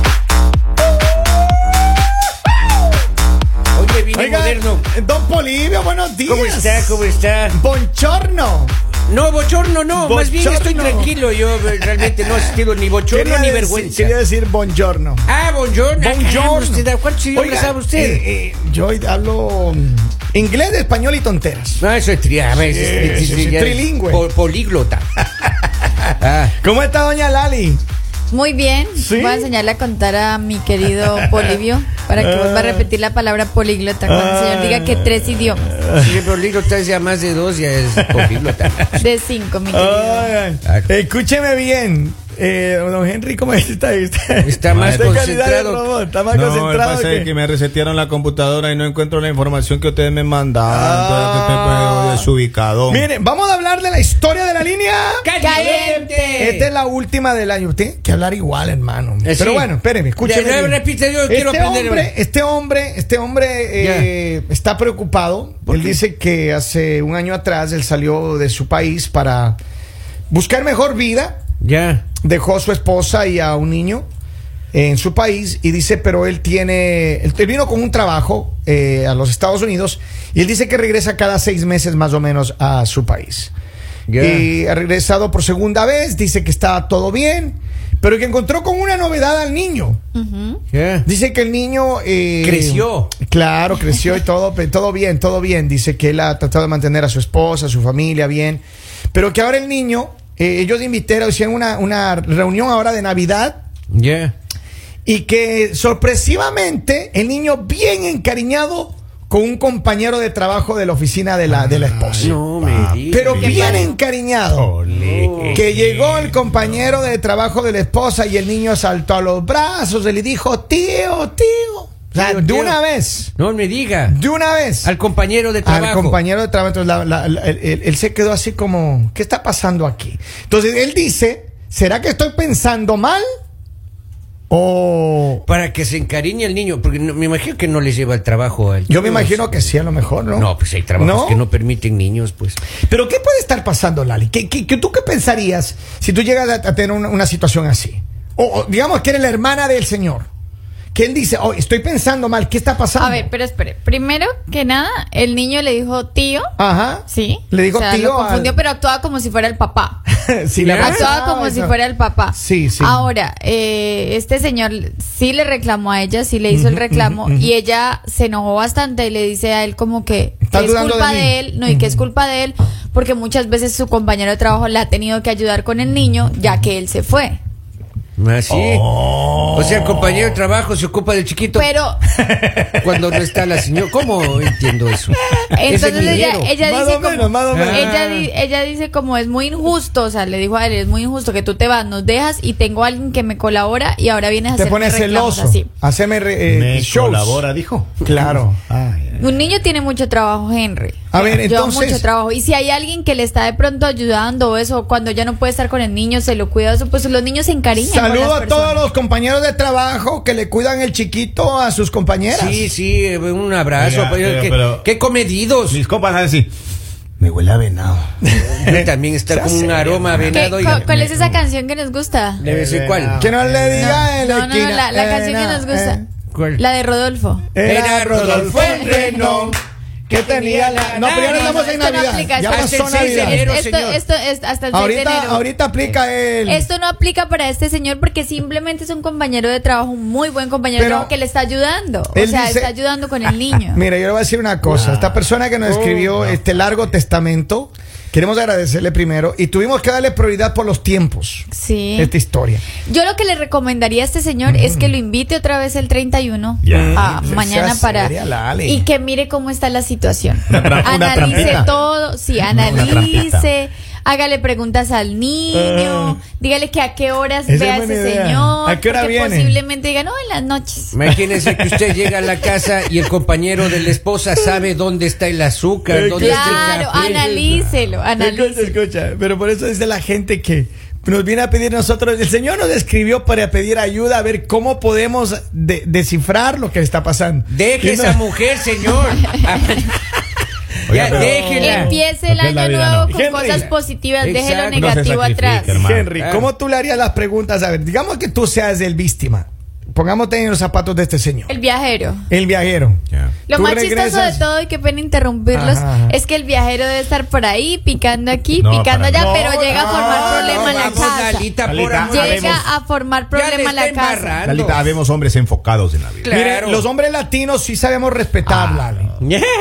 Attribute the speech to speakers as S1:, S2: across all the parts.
S1: eh, días.
S2: ¿Cómo está? ¿Cómo está?
S1: Bonchorno.
S2: No, bochorno no, más bien
S1: Bochorno.
S2: estoy tranquilo. Yo eh, realmente no he sentido ni bochorno
S1: Quería
S2: ni
S1: decir-
S2: vergüenza.
S1: Quería decir bonchorno.
S2: Ah, buongiorno.
S1: Buongiorno.
S2: Ah, usted, ¿Cuántos idiomas
S1: Oiga,
S2: sabe usted?
S1: eh, eh, yo hablo mm, inglés, español y tonteras.
S2: no, eso es, tri a ver, es- es- es-
S1: sí, sí,
S2: ya es
S1: trilingüe.
S2: po- políglota. Ah,
S1: ¿Cómo está doña Lali?
S3: Muy bien,
S1: ¿Sí?
S3: voy a enseñarle a contar a mi querido Polivio para que
S1: Ah.
S3: vuelva a repetir la palabra políglota cuando el señor diga que tres idiomas.
S2: si el políglota es ya más de dos, ya es políglota.
S3: De cinco, mi querido.
S1: Ay, escúcheme bien. Eh, don Henry, ¿cómo está? Está,
S2: Está más
S1: en calidad de
S2: concentrado.
S1: robot, está más
S4: no, lo que
S1: concentrado.
S4: pasa
S1: que-
S4: es que me resetearon la computadora y no encuentro la información que ustedes me mandaron.
S1: Ah.
S4: Entonces, estoy, pues, desubicado.
S1: Miren, vamos a hablar de la historia de la línea.
S2: ¡Caliente!
S1: Esta Este es la última del año. Tienen que hablar igual, hermano.
S2: Este Eh,
S1: Pero
S2: sí.
S1: bueno, espérenme, escúchenme.
S2: Ya, no,
S1: bien.
S2: repite, yo
S1: este
S2: quiero aprender.
S1: Hombre, este hombre, este hombre eh, está preocupado. Él dice que hace un año atrás él salió de su país para buscar mejor vida.
S2: Ya.
S1: Dejó a su esposa y a un niño en su país y dice, pero él tiene, él te- vino con un trabajo eh, a los Estados Unidos y él dice que regresa cada seis meses más o menos a su país.
S2: Ya.
S1: Y ha regresado por segunda vez, dice que está todo bien, pero que encontró con una novedad al niño.
S2: ya.
S1: Dice que el niño... eh,
S2: Creció.
S1: Claro, creció y todo, pe- todo bien, todo bien. Dice que él ha tratado de mantener a su esposa, a su familia bien. Pero que ahora el niño, eh, ellos invitaron, hicieron una, una reunión ahora de Navidad
S2: Ya.
S1: y que sorpresivamente el niño bien encariñado con un compañero de trabajo de la oficina de la, de la esposa.
S2: Ah, No me digas.
S1: Pero bien encariñado.
S2: Eh.
S1: Que llegó el compañero de trabajo de la esposa y el niño saltó a los brazos y le dijo, tío, tío. O sea,
S2: Tío,
S1: de
S2: tío.
S1: una vez.
S2: No me diga.
S1: De una vez.
S2: Al compañero de
S1: al
S2: trabajo.
S1: compañero de trabajo. Entonces, la- la- la- él, él- él se quedó así como, ¿qué está pasando aquí? Entonces él dice, ¿será que estoy pensando mal? O...
S2: Para que se encariñe el niño, porque no- me imagino que no les lleva el trabajo al
S1: Yo me imagino que sí, a lo mejor, ¿no?
S2: No, pues hay trabajos
S1: ¿No?
S2: que no permiten niños, pues.
S1: Pero ¿qué puede estar pasando, Lali? ¿Qué, qué- qué- tú qué pensarías si tú llegas a, a tener una, una situación así? O, o digamos que eres la hermana del señor. Que él dice, oh, estoy pensando mal, ¿qué está pasando?
S3: A ver, pero espere. Primero que nada, el niño le dijo tío.
S1: Ajá.
S3: Sí.
S1: Le dijo
S3: O sea,
S1: tío.
S3: Lo confundió,
S1: al-
S3: pero actuaba como si fuera el papá.
S1: Sí, la
S3: Actuaba
S1: pasaba,
S3: como si
S1: eso.
S3: fuera el papá.
S1: Sí, sí.
S3: Ahora, eh, este señor sí le reclamó a ella, sí le hizo el reclamo y ella se enojó bastante y le dice a él como que,
S1: Estás
S3: que es
S1: dudando
S3: culpa
S1: de
S3: de,
S1: mí.
S3: él, no, y que es culpa de él, porque muchas veces su compañero de trabajo le ha tenido que ayudar con el niño ya que él se fue.
S2: Así. Ah,
S1: Oh.
S2: O sea, el compañero de trabajo se ocupa del chiquito
S3: Pero
S2: cuando no está la señora. ¿Cómo entiendo eso? Es el
S3: entonces ella,
S2: minero.
S3: ella
S1: Más
S3: dice
S1: o menos,
S3: como,
S1: más o menos. Ah.
S3: Ella, di- ella dice como es muy injusto, o sea, le dijo a él, es muy injusto que tú te vas, nos dejas y tengo a alguien que me colabora y ahora vienes a
S1: Te
S3: hacerme
S1: pones
S3: reclamos
S1: celoso.
S3: así.
S1: Haceme re- eh,
S4: Me
S1: shows.
S4: colabora, dijo.
S1: Claro.
S3: Un niño tiene mucho trabajo, Henry.
S1: A ver,
S3: Lleva
S1: entonces-
S3: mucho trabajo. Y si hay alguien que le está de pronto ayudando o eso, cuando ya no puede estar con el niño, se lo cuida eso, pues los niños se encariñan. con
S1: Saludo
S3: las
S1: a todos
S3: personas.
S1: los compañeros de trabajo que le cuidan el chiquito a sus compañeras.
S2: Sí, sí, eh, un abrazo.
S4: Oiga,
S2: Pero
S4: pero-
S2: qué,
S4: pero-
S2: qué comedidos.
S4: Mis compas van a decir, me huele a venado.
S2: Yo también está con un aroma a
S3: ¿Qué-
S2: venado. y-
S3: cu- ¿Cuál es esa canción que nos gusta?
S2: Debe ser cuál.
S1: Que no le diga en la
S3: No, no, no,
S1: esquina,
S3: la, la
S1: eh,
S3: canción que
S1: na,
S3: nos gusta.
S1: eh.
S2: ¿Cuál?
S3: La de Rodolfo.
S1: Era Rodolfo el reno que tenía la. No, pero ya no
S3: No, no,
S1: estamos en
S3: esto no
S1: Navidad.
S3: aplica,
S1: ya
S3: esto-
S1: pasó
S2: Hasta el seis de
S1: Navidad.
S2: enero.
S3: esto,
S2: señor.
S3: esto es hasta el 6 de
S1: Ahorita,
S3: enero.
S1: ahorita aplica el.
S3: Esto no aplica para este señor porque simplemente es un compañero de trabajo, un muy buen compañero
S1: Pero
S3: de trabajo que le está ayudando. O
S1: él
S3: sea,
S1: dice- Ah,
S3: está ayudando con el niño.
S1: Mira, yo le voy a decir una cosa. Esta persona que nos escribió este largo testamento, queremos agradecerle primero y tuvimos que darle prioridad por los tiempos.
S3: Sí.
S1: Esta historia.
S3: Yo lo que le recomendaría a este señor es que lo invite otra vez el 31
S4: Mm. Ya. pues,
S3: a
S1: Sea
S3: mañana para
S1: seria, Lali.
S3: y que mire cómo está la situación.
S4: tra- una
S3: analice
S4: trampita.
S3: todo, sí,
S4: trampita. Ah.
S3: analice, hágale preguntas al niño, dígale que a qué horas
S1: Esa es
S3: ve a
S1: buena
S3: ese
S1: idea.
S3: señor,
S1: ¿A qué hora
S3: porque
S1: viene?
S3: posiblemente diga, no, en las noches.
S2: Imagínense que usted llega a la casa y el compañero de la esposa sabe dónde está el azúcar,
S1: Eh,
S2: dónde está el
S3: Claro,
S2: café.
S3: analícelo,
S1: Escucha,
S3: analícelo.
S1: escucha, pero por eso dice la gente que nos viene a pedir nosotros, el Señor nos escribió para pedir ayuda a ver cómo podemos de- descifrar lo que está pasando.
S2: Deje
S1: Y no-
S2: esa mujer, señor.
S4: Oiga,
S2: ya,
S4: pero-
S2: déjela.
S3: Empiece el
S4: Porque es la
S3: año
S4: vida,
S3: nuevo
S4: ¿no?
S3: con
S1: Henry.
S3: cosas positivas, deje lo
S2: Exacto.
S3: negativo
S4: No se sacrifique,
S3: atrás.
S4: hermano.
S1: Henry, ¿cómo tú le harías las preguntas? A ver, digamos que tú seas el víctima. pongámonos en los zapatos de este señor,
S3: El viajero.
S1: el viajero.
S4: Ya.
S3: Lo
S1: Tú
S3: más chistoso
S1: regresas-
S3: de todo, y qué pena interrumpirlos,
S1: Ajá, ajá.
S3: es que el viajero debe estar por ahí, picando aquí,
S4: No,
S3: picando
S4: para
S3: allá,
S4: nada.
S3: pero
S1: No,
S3: llega a
S1: no,
S3: formar
S1: no,
S3: problema en la
S2: vamos,
S3: casa.
S2: Lalita, por
S4: Ah, Lalita,
S2: amor.
S3: Llega
S4: habemos-
S3: a formar
S2: Ya le
S3: problema en la
S2: está
S3: casa.
S2: embarrando.
S4: Lalita, habemos hombres enfocados en la vida.
S2: Claro.
S1: Mire, los hombres latinos sí sabemos respetarla.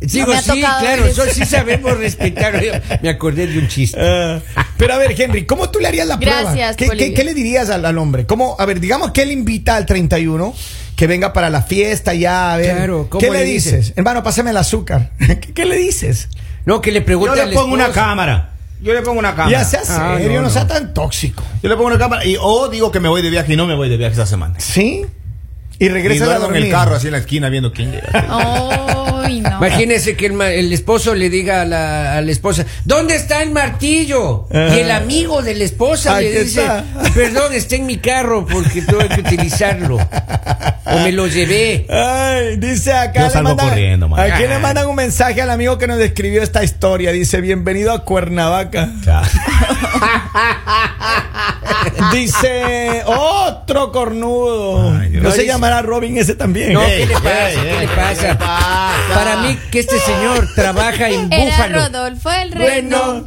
S2: Digo,
S3: No me ha
S2: sí,
S3: tocado
S2: claro,
S3: ver
S2: eso
S3: eso.
S2: sí sabemos respetar. Yo Me acordé de un chiste.
S1: Pero a ver, Henry, ¿cómo tú le harías la prueba?
S3: Gracias,
S1: ¿Qué,
S3: Bolivia.
S1: qué- qué le dirías al, al hombre? ¿Cómo, a ver, digamos que él invita al 31 que venga para la fiesta ya, a ver.
S2: Claro, ¿cómo
S1: ¿Qué le
S2: le
S1: dices?
S2: dices?
S1: Hermano, pásame el azúcar. ¿Qué, qué le dices?
S2: No, que le pregunte
S4: Yo
S2: al
S4: le pongo una
S2: esposo.
S4: cámara. Yo le pongo una cámara.
S1: Ya sea
S2: Ah,
S1: serio,
S2: no,
S1: no,
S2: no.
S1: sea tan tóxico.
S4: Yo le pongo una cámara y o digo que me voy de viaje y no me voy de viaje esta semana.
S1: ¿Sí? Y
S4: Y
S1: regresas a
S4: duermo en
S1: dormir.
S4: el carro así en la esquina viendo quién llega.
S3: Ay, no.
S2: Imagínese que el, ma- el esposo le diga a la, a la esposa, ¿dónde está el martillo? Y el amigo de la esposa
S1: Aquí
S2: le dice,
S1: está.
S2: perdón, está en mi carro porque tuve que utilizarlo. O me lo llevé.
S1: Ay, dice acá.
S4: Yo
S1: le
S4: salgo corriendo, man.
S1: Aquí le
S2: Ay.
S1: mandan un mensaje al amigo que nos describió esta historia. Dice, bienvenido a Cuernavaca.
S4: Ya.
S1: Dice, otro cornudo.
S4: Ay, Dios.
S1: no se llamará Robin ese también.
S2: No,
S4: Ey,
S2: ¿qué le pasa?
S4: ey,
S2: ¿Qué
S4: ey,
S2: le
S4: ¿qué
S2: pasa?
S4: le pasa?
S2: Para mí que este señor trabaja en
S3: Era
S2: Búfalo.
S3: Rodolfo el Reno.
S1: Bueno,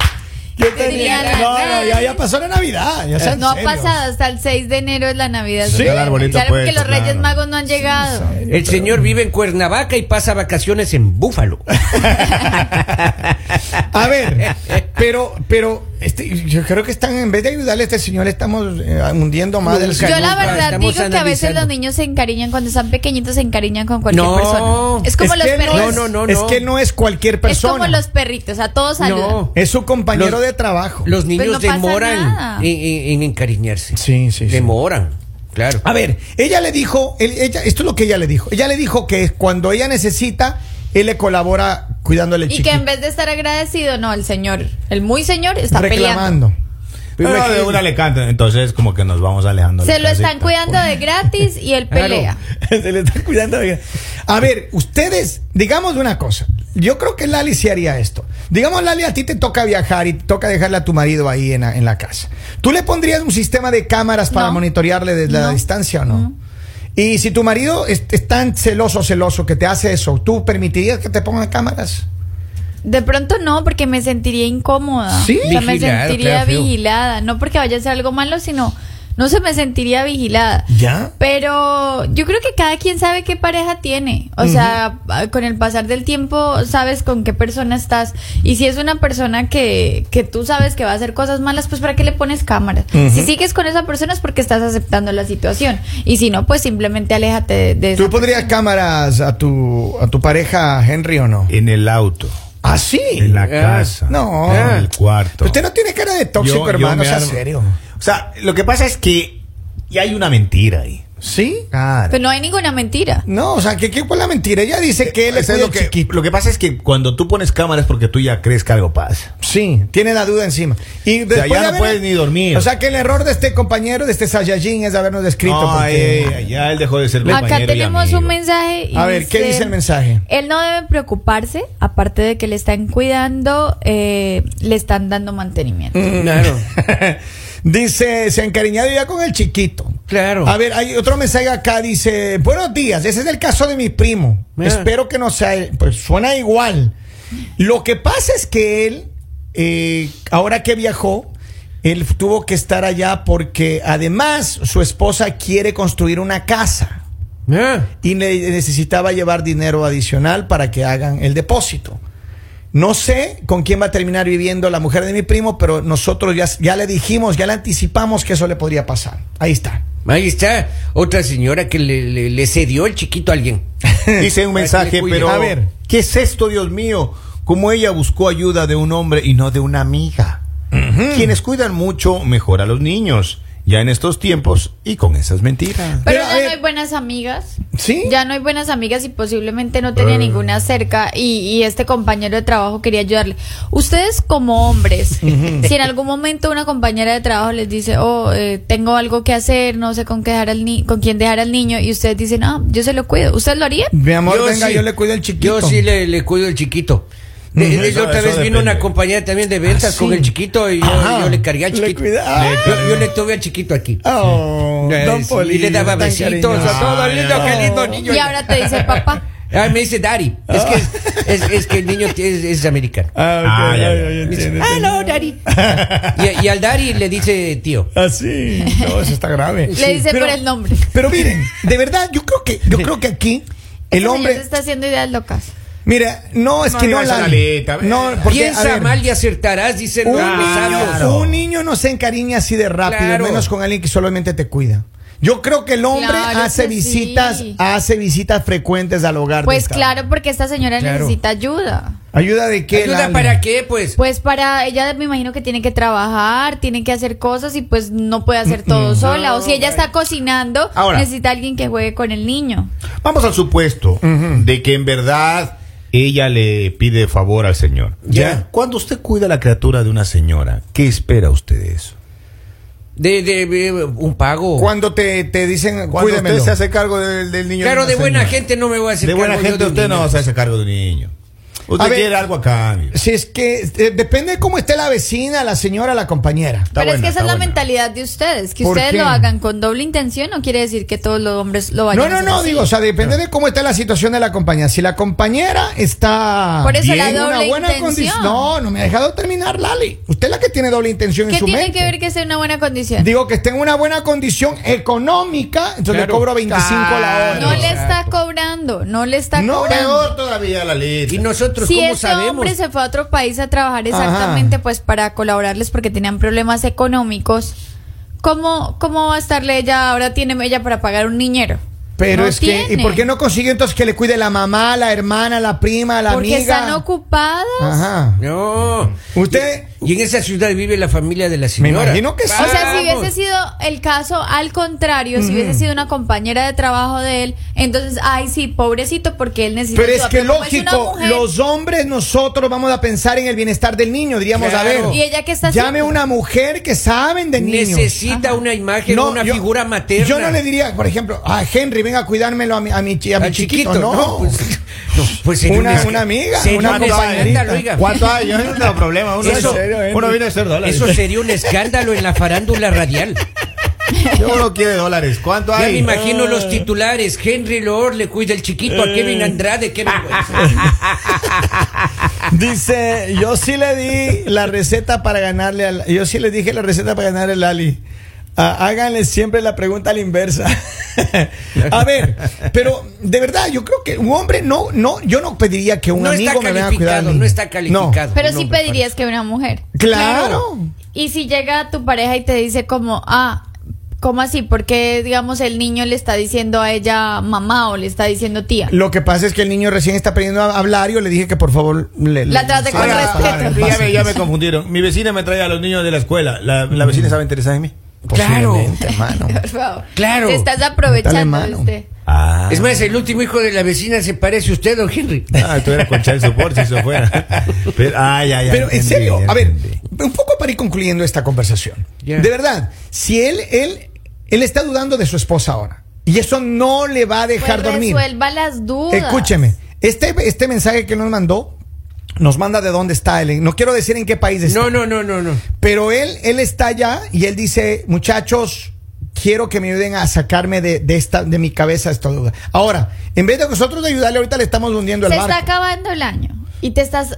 S1: yo tenía.
S3: Diría la
S1: No, no, ya,
S3: Navidad.
S1: ya pasó la Navidad. Ya sean
S3: No ha
S1: serios.
S3: pasado hasta el 6 de enero es la Navidad.
S1: Sí. Está el
S4: arbolito
S3: claro, porque
S4: puesto,
S3: los Reyes
S4: claro.
S3: Magos no han llegado.
S2: El señor vive en Cuernavaca y pasa vacaciones en Búfalo.
S1: A ver, pero, pero, este, yo creo que están, en vez de ayudarle a este señor, le estamos eh, hundiendo más del
S2: Nunca,
S3: Yo
S1: cañón.
S3: la verdad
S2: Estamos
S3: digo que a veces
S2: analizando.
S3: los niños se encariñan cuando están pequeñitos, se encariñan con cualquier
S2: No.
S3: persona. Es como
S1: Es
S3: los
S1: que
S3: perros.
S1: no es-
S2: No, no, no,
S1: Es
S2: no.
S1: que no es cualquier
S3: Es como
S1: persona.
S3: los perritos, a todos saludan.
S2: No.
S1: Es su compañero
S2: Los-
S1: de trabajo.
S2: Los
S3: Pues
S2: niños
S3: no pasa nada.
S2: demoran en, en- en encariñarse.
S1: Sí, sí, sí.
S2: Demoran, claro.
S1: A ver, ella le dijo, él- ella, esto es lo que ella le dijo. Ella le dijo que es cuando ella necesita, él le colabora cuidándole
S3: Y
S1: chiquito,
S3: que en vez de estar agradecido, no, el señor, el muy señor, está peleando.
S1: reclamando.
S4: Pero
S2: Pero
S4: de
S2: imagínate-
S4: una le canta, entonces como que nos vamos alejando.
S3: Se
S4: de
S3: lo
S4: la
S3: están
S4: casita.
S3: cuidando de gratis y él
S2: Claro.
S3: pelea.
S1: se le está cuidando. oiga. A ver, ustedes, digamos una cosa. Yo creo que Lali sí haría esto. Digamos, Lali, a ti te toca viajar y te toca dejarle a tu marido ahí en la, en la casa. ¿Tú le pondrías un sistema de cámaras para
S3: No.
S1: monitorearle desde la
S3: No.
S1: distancia o no? Y si tu marido es, es tan celoso, celoso que te hace eso, ¿tú permitirías que te pongan cámaras?
S3: De pronto no, porque me sentiría incómoda.
S1: Sí.
S3: O sea, me
S2: Vigilado,
S3: sentiría
S2: claro, feo.
S3: vigilada. No porque vaya a ser algo malo, sino no se me sentiría vigilada.
S1: Ya.
S3: Pero yo creo que cada quien sabe qué pareja tiene. O sea, a- con el pasar del tiempo sabes con qué persona estás. Y si es una persona que, que tú sabes que va a hacer cosas malas, pues ¿para qué le pones cámaras? Si sigues con esa persona es porque estás aceptando la situación. Y si no, pues simplemente aléjate de, de esa
S1: ¿Tú pondrías cámaras a tu, a tu pareja, Henry, o no?
S4: En el auto,
S1: ¿Ah, sí?
S4: en la
S2: Ah,
S4: casa,
S1: no.
S4: en el cuarto.
S1: Usted no tiene cara de tóxico,
S4: Yo- yo
S1: hermano,
S4: me
S1: sea
S4: armo-
S1: serio.
S4: O sea, lo que pasa es que ya hay una mentira ahí.
S1: ¿Sí? Claro.
S3: Pero no hay ninguna mentira.
S1: No, o sea, ¿qué, qué fue la mentira? Ella dice que él
S4: Eso
S1: es
S4: es
S1: el
S4: lo que,
S1: chiquito.
S4: lo que pasa es que cuando tú pones cámaras es porque tú ya crees que algo pasa.
S1: Sí, tiene la duda encima. Y después
S4: ya
S1: de
S4: no
S1: haber-
S4: puedes ni dormir.
S1: O sea, que el error de este compañero, de este Sayajin, es habernos descrito.
S4: No,
S1: porque-
S4: eh, ya él dejó de ser compañero
S3: Acá
S4: y
S3: tenemos
S4: amigo.
S3: un mensaje. y
S1: A ver, ¿qué dice el mensaje?
S3: Él no debe preocuparse, aparte de que le están cuidando, eh, le están dando mantenimiento.
S1: Mm.
S2: Mm, Claro,
S1: dice, se ha encariñado ya con el chiquito.
S2: claro.
S1: A ver, hay otro mensaje acá, dice, buenos días, ese es el caso de mi primo.
S2: Mira.
S1: Espero que no sea, él". pues suena igual. Lo que pasa es que él, eh, ahora que viajó, él tuvo que estar allá porque además su esposa quiere construir una casa
S2: Ah,
S1: y ne- necesitaba llevar dinero adicional para que hagan el depósito. No sé con quién va a terminar viviendo la mujer de mi primo, pero nosotros ya, ya le dijimos, ya le anticipamos que eso le podría pasar. Ahí está.
S2: ahí está otra señora que le, le- le cedió el chiquito a alguien.
S4: Dice un mensaje,
S2: Para que le
S4: pero
S2: cuide.
S1: A ver.
S4: ¿qué es esto, Dios mío? Como ella buscó ayuda de un hombre y no de una amiga. Quienes cuidan mucho mejor a los niños, ya en estos tiempos y con esas mentiras.
S1: Pero,
S3: Pero,
S1: a
S3: ya
S1: ver-
S3: no hay buenas amigas.
S1: ¿Sí?
S3: Ya no hay buenas amigas y posiblemente no tenía ninguna cerca y, y este compañero de trabajo quería ayudarle. Ustedes como hombres, si en algún momento una compañera de trabajo les dice, oh, eh, tengo algo que hacer, no sé con, qué dejar al ni con quién dejar al niño y ustedes dicen, ah, yo se lo cuido, ¿ustedes lo harían?
S1: Mi amor, venga, yo le cuido el chiquito. Mm.
S2: Yo sí le, le cuido el chiquito. De, de-
S4: Eso-
S2: otra
S4: eso
S2: vez vino
S4: depende.
S2: una compañía también de ventas
S1: Ah,
S2: con
S1: sí.
S2: el chiquito y yo,
S1: Ajá.
S2: yo le cargué al
S1: Le
S2: chiquito.
S1: cuida-
S2: Le- yo, yo le tuve al chiquito aquí.
S1: Oh,
S2: Eh,
S1: don
S2: sí,
S1: Polillo,
S2: y le daba
S1: tan
S2: besitos a
S1: cariñoso.
S2: todo
S4: Ay,
S2: lindo,
S4: no.
S2: qué lindo niño.
S3: Y ahora te dice papá.
S2: Ah, me dice Daddy. Es que, es, es- es que el niño es, es americano.
S1: Ah, ok,
S4: Ah, ya,
S1: ay,
S4: ya.
S1: ay, entiendo,
S2: Ah,
S1: entiendo.
S2: no, Daddy. Y, y al Daddy le dice tío.
S1: Ah, sí. No, eso está grave.
S3: Le dice por el nombre.
S1: Pero miren, de verdad, yo creo que, yo creo que aquí el
S3: Este señor
S1: hombre.
S3: se está haciendo ideas locas.
S1: Mira, no es
S4: No
S1: que no
S4: digas
S1: la.
S4: analeta, ve.
S1: No, porque, a
S2: eh. Piensa
S1: ver,
S2: mal y acertarás, dice
S1: un, niño,
S4: Claro.
S1: un niño no se encariña así de rápido,
S2: Claro.
S1: menos con alguien que solamente te cuida. Yo creo que el hombre
S3: Claro
S1: hace
S3: que sí.
S1: visitas, hace visitas frecuentes al hogar. de
S3: Pues
S1: esta-
S3: claro, porque esta señora
S2: Claro.
S3: necesita ayuda.
S1: Ayuda de qué?
S2: ¿Ayuda
S1: Lali?
S2: para qué, pues?
S3: Pues para ella me imagino que tiene que trabajar, tiene que hacer cosas y pues no puede hacer todo sola. O si ella está cocinando,
S4: Ahora.
S3: necesita alguien que juegue con el niño.
S4: Vamos al supuesto de que en verdad ella le pide favor al señor.
S2: Ya.
S4: Cuando usted cuida a la criatura de una señora, ¿qué espera usted de eso?
S2: De, de- de un pago.
S1: Cuando te, te dicen,
S4: Oh. Cuando
S1: cuídemelo.
S4: usted se hace cargo del, del niño.
S2: Claro,
S4: una
S2: de buena
S4: señora.
S2: gente no me voy a hacer
S4: De buena
S2: cargo yo de
S4: gente
S2: un
S4: usted no
S2: niño.
S4: se hace cargo de un niño. Usted
S1: A ver.
S4: quiere algo a cambio.
S1: Si es que eh, depende de cómo esté la vecina, la señora, la compañera.
S4: Está
S3: Pero es
S4: buena,
S3: que esa
S4: está
S3: es la
S4: buena.
S3: mentalidad de ustedes, que
S1: ¿Por
S3: ustedes
S1: qué?
S3: lo hagan con doble intención no quiere decir que todos los hombres lo vayan
S1: No,
S3: a
S1: no,
S3: hacer
S1: no,
S3: así.
S1: digo, o sea, depende de cómo está la situación de la compañera. Si la compañera está
S3: Por eso
S1: bien,
S3: la
S1: en una
S3: doble
S1: buena
S3: intención.
S1: condi- No, no me ha dejado terminar, Lali. Usted es la que tiene doble intención en
S3: ¿Qué
S1: su
S3: tiene
S1: mente.
S3: que ver que sea una buena condición?
S1: Digo que esté en una buena condición económica, entonces le
S2: Claro.
S1: cobro 25 la hora.
S2: Claro.
S3: no le está
S2: Exacto.
S3: cobrando, no le está
S1: No,
S3: cobrando.
S4: Peor todavía la ley.
S2: ¿Y nosotros
S3: si
S2: cómo
S3: este
S2: sabemos?
S3: hombre se fue a otro país a trabajar exactamente pues para colaborarles porque tenían problemas económicos, ¿cómo, cómo va a estarle ella? Ahora tiene ella para pagar un niñero.
S1: Pero
S3: No
S1: es que, ¿y
S3: tiene.
S1: por qué no consigue entonces que le cuide la mamá, la hermana, la prima, la
S3: Porque
S1: amiga?
S3: están ocupadas.
S1: Ajá.
S2: No.
S1: Usted-
S2: Y, y en esa ciudad vive la familia de la
S1: Me
S2: señora.
S1: imagino que sí.
S3: O sea, si
S2: Vamos.
S3: hubiese sido el caso al contrario, si hubiese sido una compañera de trabajo de él, entonces, ay, sí, pobrecito, porque él necesita.
S1: Pero es
S3: ayuda.
S1: que
S3: como es una
S1: lógico,
S3: mujer-
S1: los hombres nosotros vamos a pensar en el bienestar del niño, diríamos,
S2: Claro.
S1: a ver.
S3: ¿Y ella qué está
S1: Llame a
S3: haciendo?
S1: una mujer que saben de niños.
S2: Necesita una imagen, una
S1: yo-
S2: figura materna.
S1: Yo no le diría, por ejemplo, a Henry, ven a cuidármelo a mi, a mi, chi- a mi
S2: Al
S1: chiquito, No,
S2: Pues, no, pues sería
S1: Una-
S2: un-
S1: una amiga,
S2: sería
S1: una
S2: un
S1: compañerita.
S2: escándalo, oiga.
S4: ¿Cuántos años? No tengo problema. Uno,
S2: Eso-
S4: es- uno viene a hacer dólares.
S2: ¿eh? Eso sería un escándalo en la farándula radial.
S4: Uno quiere dólares. ¿Cuánto
S2: Ya
S4: hay?
S2: me imagino los titulares. Henry Lord le cuida el chiquito a Kevin Andrade. Qué vergüenza.
S1: Dice, yo sí le di la receta para ganarle al, yo sí le dije la receta para ganar el Ali. Ah, háganle siempre la pregunta a la inversa. a ver, pero de verdad, yo creo que un hombre no, no, yo no pediría que un
S2: No está
S1: amigo me venga a cuidar. al
S2: calificado,
S1: niño.
S2: no está calificado.
S3: Pero
S2: Un
S3: sí
S2: hombre
S3: pedirías que una mujer.
S1: Claro.
S3: Y si llega tu pareja y te dice como, ah, ¿cómo así? Porque, digamos, el niño le está diciendo a ella mamá o le está diciendo tía.
S1: Lo que pasa es que el niño recién está aprendiendo a hablar y yo le dije que por favor le,
S3: La trate
S1: sí,
S3: con
S1: haga
S3: respeto.
S1: pasar el
S4: Ya,
S1: pase.
S4: me, ya me confundieron. Mi vecina me trae a los niños de la escuela. ¿La, la vecina estaba interesada en mí?
S2: Claro.
S1: Posiblemente, hermano.
S3: Por favor.
S2: Claro.
S3: Te estás aprovechando de
S1: mano.
S3: usted.
S4: Ah.
S2: Es más, el último hijo de la vecina se parece a usted, don Henry.
S4: Ah, tú eras con Charles Support si eso fuera. Pero, ah, ya, ya,
S1: Pero en
S4: entendí,
S1: serio,
S4: ya
S1: a ver,
S4: entendí.
S1: un poco para ir concluyendo esta conversación.
S2: Ya.
S1: De verdad, si él, él, él está dudando de su esposa ahora y eso no le va a dejar
S3: Pues
S1: dormir.
S3: resuelva las dudas.
S1: Escúcheme, este, este mensaje que nos mandó nos manda de dónde está él. No quiero decir en qué país está.
S2: No, no, no, no, no.
S1: Pero él, él está allá y él dice, muchachos, quiero que me ayuden a sacarme de, de esta, de mi cabeza esta duda. Ahora, en vez de nosotros de ayudarle, ahorita le estamos hundiendo el
S3: Se está
S1: barco.
S3: acabando el año y te estás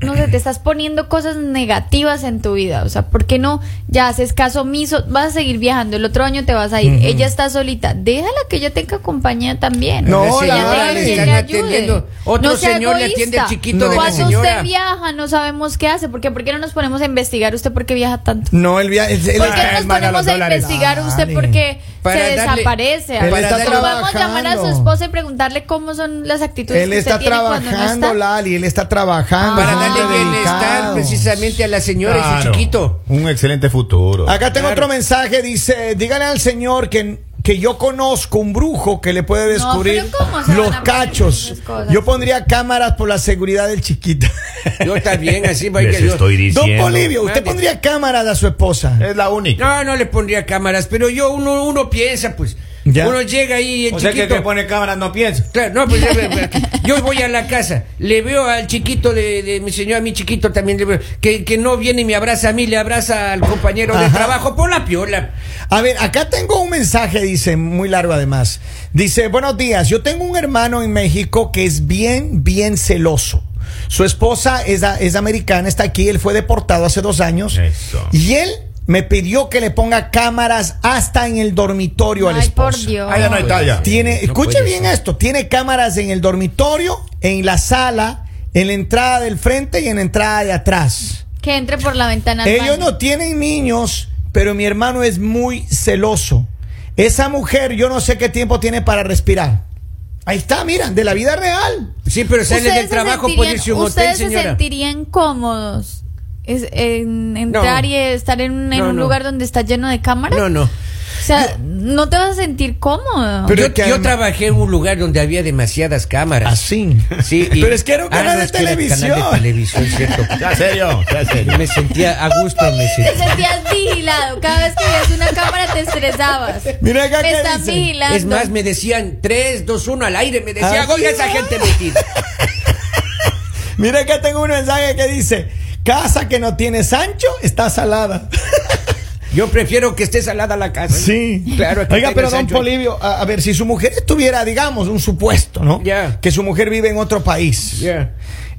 S3: no sé, te estás poniendo cosas negativas en tu vida, o sea, ¿por qué no ya haces caso omiso? Vas a seguir viajando, el otro año te vas a ir. Ella está solita, déjala que ella tenga compañía también.
S1: No,
S3: Que
S1: la
S3: ella tenga
S1: verdad, le
S3: quien
S1: están
S3: le ayude.
S2: atendiendo. Otro
S3: sea
S2: señor le atiende al
S3: egoísta.
S2: chiquito
S1: de la
S3: Cuando
S2: señora.
S3: usted viaja, no sabemos qué hace, porque ¿por qué no nos ponemos a investigar usted por qué viaja tanto?
S1: No, él, via- él- él-
S3: ¿Por qué no nos
S4: hermana, los
S3: ponemos a
S4: dólares.
S3: investigar usted
S1: Dale.
S3: por qué
S2: Para
S3: se
S2: darle-
S3: desaparece?
S1: Él
S2: está
S3: No podemos llamar a su
S1: trabajando.
S3: esposa y preguntarle cómo son las actitudes
S1: Él
S3: que usted
S1: está
S3: tiene cuando no
S1: trabajando,
S3: está. Ah,
S1: Lali, él está trabajando.
S2: Para
S1: es un
S2: darle
S1: hombre
S2: bienestar
S1: dedicado.
S2: precisamente a la señora y su
S4: Claro.
S2: chiquito.
S4: Un excelente futuro.
S1: Acá tengo otro mensaje, dice, dígale al señor que, que yo conozco un brujo que le puede
S3: No,
S1: descubrir
S3: pero ¿cómo se van a
S1: los
S3: poner
S1: cachos.
S3: esas cosas?
S1: Yo pondría cámaras por la seguridad del chiquito.
S2: Yo también, así va a ir
S4: Les
S2: que yo-
S4: estoy
S1: Don
S4: diciendo.
S1: Polivio, ¿usted
S2: Mande.
S1: pondría cámaras a su esposa?
S4: Es la única.
S2: No, no le pondría cámaras, pero yo uno, uno piensa, pues,
S1: Ya.
S2: Uno llega ahí el
S4: O sea que el
S2: chiquito.
S4: que pone cámaras no piensa.
S2: Claro, no, pues ya ve- ve- yo voy a la casa, le veo al chiquito de, de mi señora, a mi chiquito también, le veo, que, que no viene y me abraza a mí, le abraza al compañero de
S1: Ajá.
S2: trabajo, por la piola.
S1: A ver, acá tengo un mensaje, dice, muy largo además. Dice, buenos días, yo tengo un hermano en México que es bien, bien celoso. Su esposa es, a- es americana, está aquí, él fue deportado hace dos años.
S4: Eso.
S1: Y él me pidió que le ponga cámaras hasta en el dormitorio al
S3: Ay, por
S1: esposo.
S3: Dios.
S4: Ah, ya no hay talla.
S1: Pues, Tiene,
S2: No
S1: escuche
S2: puede
S1: bien
S2: ser.
S1: esto, tiene cámaras en el dormitorio, en la sala, en la entrada del frente y en la entrada de atrás.
S3: Que entre por la ventana. al
S1: Ellos
S3: baño.
S1: no tienen niños, pero mi hermano es muy celoso. Esa mujer, yo no sé qué tiempo tiene para respirar. Ahí está, mira, de la vida real.
S2: Sí, pero sale
S3: Ustedes
S2: del
S3: se
S2: trabajo,
S3: sentirían-
S2: puede irse a un hotel,
S3: Ustedes se
S2: señora.
S3: sentirían cómodos es- en entrar y estar en, un- en
S2: No,
S3: un
S2: no.
S3: lugar donde está lleno de cámaras.
S2: No, no.
S3: O sea, no te vas a sentir cómodo.
S1: Pero
S2: yo,
S1: es que
S2: yo
S1: adem-
S2: trabajé en un lugar donde había demasiadas cámaras.
S1: Así.
S2: Sí, y-
S1: Pero es que era un
S2: Ah,
S1: canal
S2: no,
S1: de
S2: es que era canal
S1: televisión.
S2: de televisión, cierto.
S4: Ya serio, ya serio.
S2: Me sentía a gusto, me
S3: Te
S2: sentía.
S3: sentías vigilado. Cada vez que veías una cámara te estresabas.
S1: Mira acá
S3: Me
S1: qué
S3: están
S1: dice.
S3: vigilando.
S2: Es más, me decían 3, 2, 1 al aire, me
S1: Ah,
S2: decían, oiga
S1: sí,
S2: esa
S1: ¿no?
S2: gente metida.
S1: Mira acá tengo un mensaje que dice, casa que no tiene Sancho está salada.
S2: Yo prefiero que esté salada la casa. claro. que
S1: Oiga,
S2: tenga
S1: pero don
S2: Sancho.
S1: Polivio, a, a ver, si su mujer estuviera, digamos, un supuesto, ¿no?
S2: Ya.
S1: Que su mujer vive en otro país.
S2: Ya.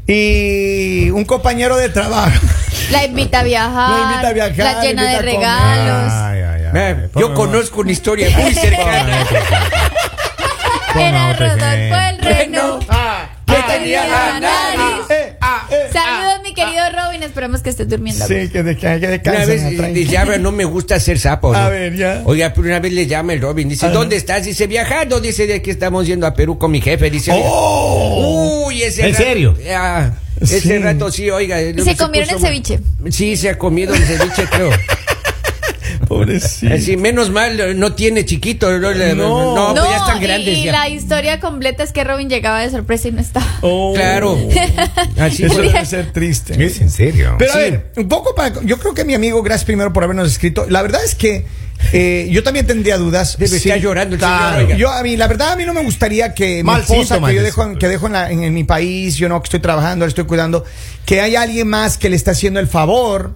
S1: Y un compañero de trabajo.
S3: La invita a viajar.
S1: La invita a viajar,
S3: la
S1: invita
S3: llena de
S1: a comer.
S3: regalos.
S4: Ay, ay, ay.
S1: Eh,
S2: Vea, yo
S4: Pongan-
S2: conozco una historia muy cercana.
S3: Era
S4: otra
S3: Rodolfo
S4: que-
S3: el reno.
S2: Ah, que
S3: Ah,
S2: tenía la
S3: ah,
S2: nariz.
S1: Eh,
S2: Ah,
S1: eh.
S3: Saludos, mi querido Robin. Esperemos que estés durmiendo.
S1: Sí, que, de, que
S2: Una
S1: descansen.
S2: vez
S1: ah,
S2: eh,
S1: tranqui.
S2: le llama, no me gusta hacer sapo. ¿no?
S1: A ver, ya.
S2: Oiga, pero una vez le llama el Robin, dice,
S1: Ajá.
S2: ¿dónde estás? Dice, viajando, dice, de aquí estamos yendo a Perú con mi jefe. Dice,
S1: ¡Oh!
S2: uy, ese
S4: ¿En
S2: rato-
S4: serio?
S2: Ah, ese
S1: Sí.
S2: rato sí, oiga. eh,
S3: Se comieron
S2: puso
S3: el
S2: mal.
S3: ceviche.
S2: Sí, se ha comido el ceviche, creo.
S1: Pobrecito.
S2: Así, menos mal, eh, no tiene chiquito. No, le-
S1: No.
S2: no, pues
S3: No,
S2: ya están
S3: y-
S2: grandes
S3: y,
S2: ya.
S3: la historia completa es que Robin llegaba de sorpresa y no estaba.
S1: Oh.
S2: Claro. pues. Así
S1: Eso
S2: fue.
S1: debe ser triste.
S4: Es en serio.
S1: Pero
S2: Sí.
S1: a ver, un poco para. Yo creo que mi amigo, gracias primero por habernos escrito. La verdad es que eh, yo también tendría dudas.
S2: Debe
S1: Sí.
S2: estar llorando el
S4: Claro.
S2: señor, oiga.
S1: Yo a mí, la verdad, a mí no me gustaría que
S4: Mal
S1: mi esposa,
S4: síntoma,
S1: que yo
S4: dice.
S1: dejo, en- que dejo en, la- en- en mi país, yo no, que estoy trabajando, le estoy cuidando, que haya alguien más que le está haciendo el favor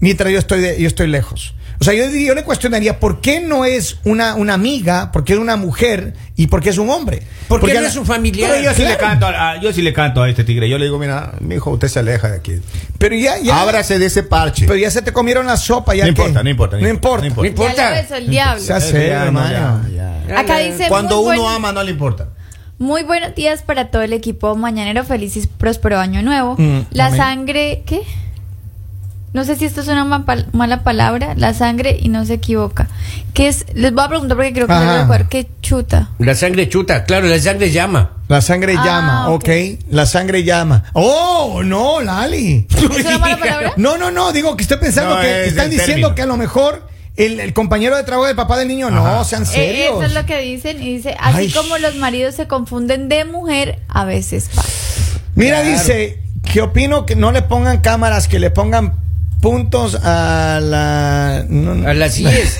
S1: mientras yo estoy, de- yo estoy lejos. O sea, yo, diría- yo le cuestionaría por qué no es una, una amiga, por qué es una mujer y por qué es un hombre.
S2: ¿Por qué
S1: Porque
S2: no
S1: a la-
S2: es un familiar?
S1: Pero,
S4: Pero yo sí,
S1: Claro.
S4: le canto a, a- yo sí le canto a este tigre. Yo le digo, mira, mi hijo, usted se aleja de aquí.
S1: pero ya, ya-
S4: Ábrase de ese parche.
S1: pero ya se te comieron la sopa. Ya
S4: No
S1: ¿qué?
S4: importa, no importa, no
S1: No
S4: importa,
S1: importa.
S4: no
S2: No
S4: importa.
S3: Ya lo
S2: importa.
S3: besó el diablo.
S1: Se hace,
S4: Eso ya, no,
S1: hermano.
S4: ya, ya.
S3: Acá dice
S4: Cuando
S3: muy
S4: uno
S3: buen-
S4: ama, no le importa.
S3: Muy buenos días para todo el equipo mañanero. Feliz y próspero año nuevo.
S1: Mm,
S3: la
S1: amén.
S3: sangre. ¿Qué? No sé si esto es una ma- pal- mala palabra. La sangre y no se equivoca. ¿Qué es? Les voy a preguntar porque creo que
S1: Ajá.
S3: no lo recuerdo. ¿Qué chuta?
S2: La sangre chuta, claro, la sangre llama.
S1: La sangre
S3: Ah,
S1: llama,
S3: ok.
S1: ok. La sangre llama. Oh, no, Lali.
S3: ¿Es una mala palabra?
S1: No, no, no, digo que estoy pensando
S4: No,
S1: que
S4: es
S1: están
S4: el
S1: diciendo
S4: término.
S1: que a lo mejor el, el compañero de trabajo del papá del niño, no,
S4: Ajá.
S1: sean
S3: Eh,
S1: serios.
S3: Eso es lo que dicen y dice, así
S1: Ay.
S3: como los maridos se confunden de mujer, a veces pasa.
S1: Mira,
S2: Claro.
S1: dice, que opino que no le pongan cámaras, que le pongan puntos a la... no-
S2: A las 10.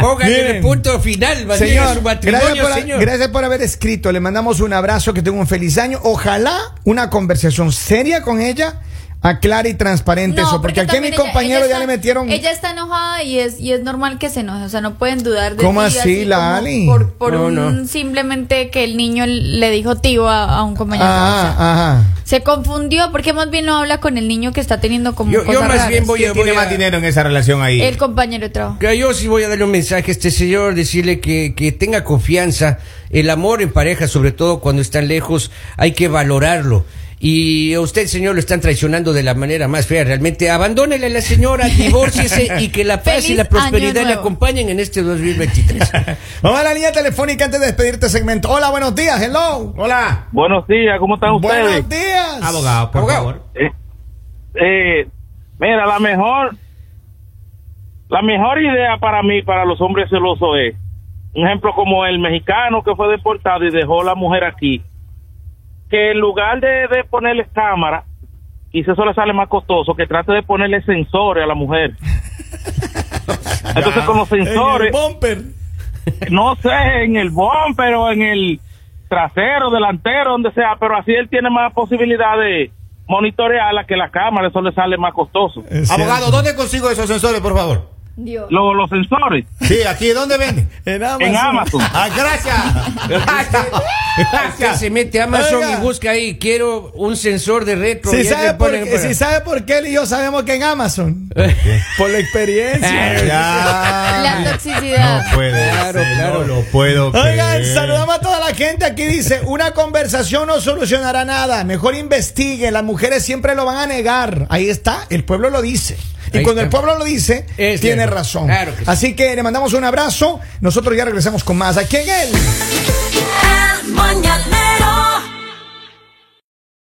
S2: Póngale el
S1: Miren.
S2: punto final, va a llegar
S1: Señor,
S2: su matrimonio,
S1: gracias por,
S2: señor.
S1: gracias por haber escrito. Le mandamos un abrazo, que tenga un feliz año. Ojalá una conversación seria con ella aclara y transparente eso, porque, aquí a mi
S3: también ella-
S1: compañero
S3: ella
S1: ya
S3: está-
S1: le metieron...
S3: Ella está enojada y es, y es normal que se enoje, o sea, no pueden dudar de
S1: ¿Cómo
S3: ti,
S1: así,
S3: como
S1: Lali?
S3: Por, por
S2: No,
S3: un,
S2: no.
S3: simplemente que el niño le dijo tío a, a un compañero. O sea,
S1: Ah, ajá.
S3: Se confundió porque más bien no habla con el niño que está teniendo como
S2: Yo- yo
S3: cosas
S2: más
S3: raras.
S2: bien voy
S4: ¿Quién
S2: voy
S4: tiene
S2: a-
S4: más dinero en esa relación ahí?
S3: El compañero de trabajo.
S2: Que Yo sí voy a darle un mensaje a este señor, decirle que, que tenga confianza. El amor en pareja, sobre todo cuando están lejos, hay que valorarlo. Y a usted, señor, lo están traicionando de la manera más fea. Realmente, abandónele a la señora, divórciese y que la paz y
S3: Feliz
S2: la prosperidad
S3: año
S2: le
S3: nuevo.
S2: acompañen en este 2023.
S1: Vamos a la línea telefónica antes de despedirte segmento. Hola, buenos días, hello.
S4: Hola,
S5: Buenos días, ¿cómo están ustedes?
S1: Buenos días.
S4: abogado, por
S2: Abogado.
S4: favor.
S5: Eh, eh, mira, la mejor, la mejor idea para mí, para los hombres celosos es, un ejemplo como el mexicano que fue deportado y dejó la mujer aquí, que en lugar de, de ponerle cámara, quizás eso le sale más costoso, que trate de ponerle sensores a la mujer.
S1: Ah,
S5: Entonces con los sensores,
S4: bumper.
S5: no sé, en el bumper o en el trasero, delantero, donde sea, pero así él tiene más posibilidad de monitorearla que la cámara, eso le sale más costoso. Ah,
S1: Es
S4: Abogado,
S1: cierto.
S4: ¿dónde consigo esos sensores, por favor?
S3: Dios.
S5: Lo- los sensores
S4: Sí, aquí, ¿dónde venden?
S1: En Amazon.
S5: en Amazon.
S4: Ah, gracias. Gracias.
S2: Usted se mete a Amazon
S1: Oiga.
S2: y busca ahí, quiero un sensor de retro.
S1: Si
S2: y ahí le
S1: sabe, por,
S2: ponen para-
S1: si sabe por qué él y yo sabemos que en Amazon. Por la
S2: Ah,
S1: experiencia.
S3: La
S4: Ya.
S3: toxicidad.
S4: No puede
S2: Claro,
S4: ser,
S2: claro.
S4: no lo puedo
S1: Oigan,
S4: creer.
S1: saludamos a toda la gente. Aquí dice, una conversación no solucionará nada. Mejor investiguen. Las mujeres siempre lo van a negar. Ahí está, el pueblo lo dice. Y
S2: Ahí
S1: cuando el
S2: está.
S1: pueblo lo dice,
S2: Es
S1: tiene
S2: cierto.
S1: razón.
S2: Claro que sí.
S1: Así que le mandamos un abrazo. Nosotros ya regresamos con más. Aquí en el...
S6: El mañanero